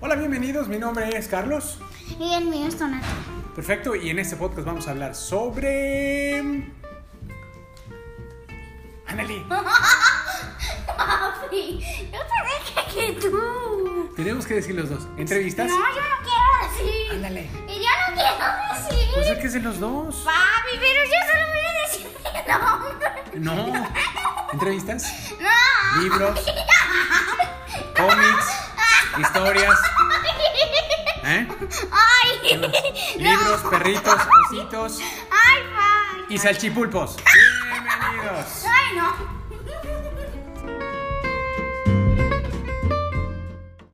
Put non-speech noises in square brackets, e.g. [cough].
Hola, bienvenidos. Mi nombre es Carlos. Y el mío es Donato. [laughs] Perfecto, y en este podcast vamos a hablar sobre. Anali, Papi, yo te dije que tú. tenemos que decir los dos. ¿Entrevistas? No, yo no quiero decir. Ándale. Y yo no quiero decir. Pues hay que hacer los dos. Papi, pero yo solo voy a decir mi nombre. No. ¿Entrevistas? No. Libros. Cómics. Historias. ¿eh? Ay. Libros, perritos, ositos Ay, pa. y salchipulpos. Bienvenidos. Ay, no.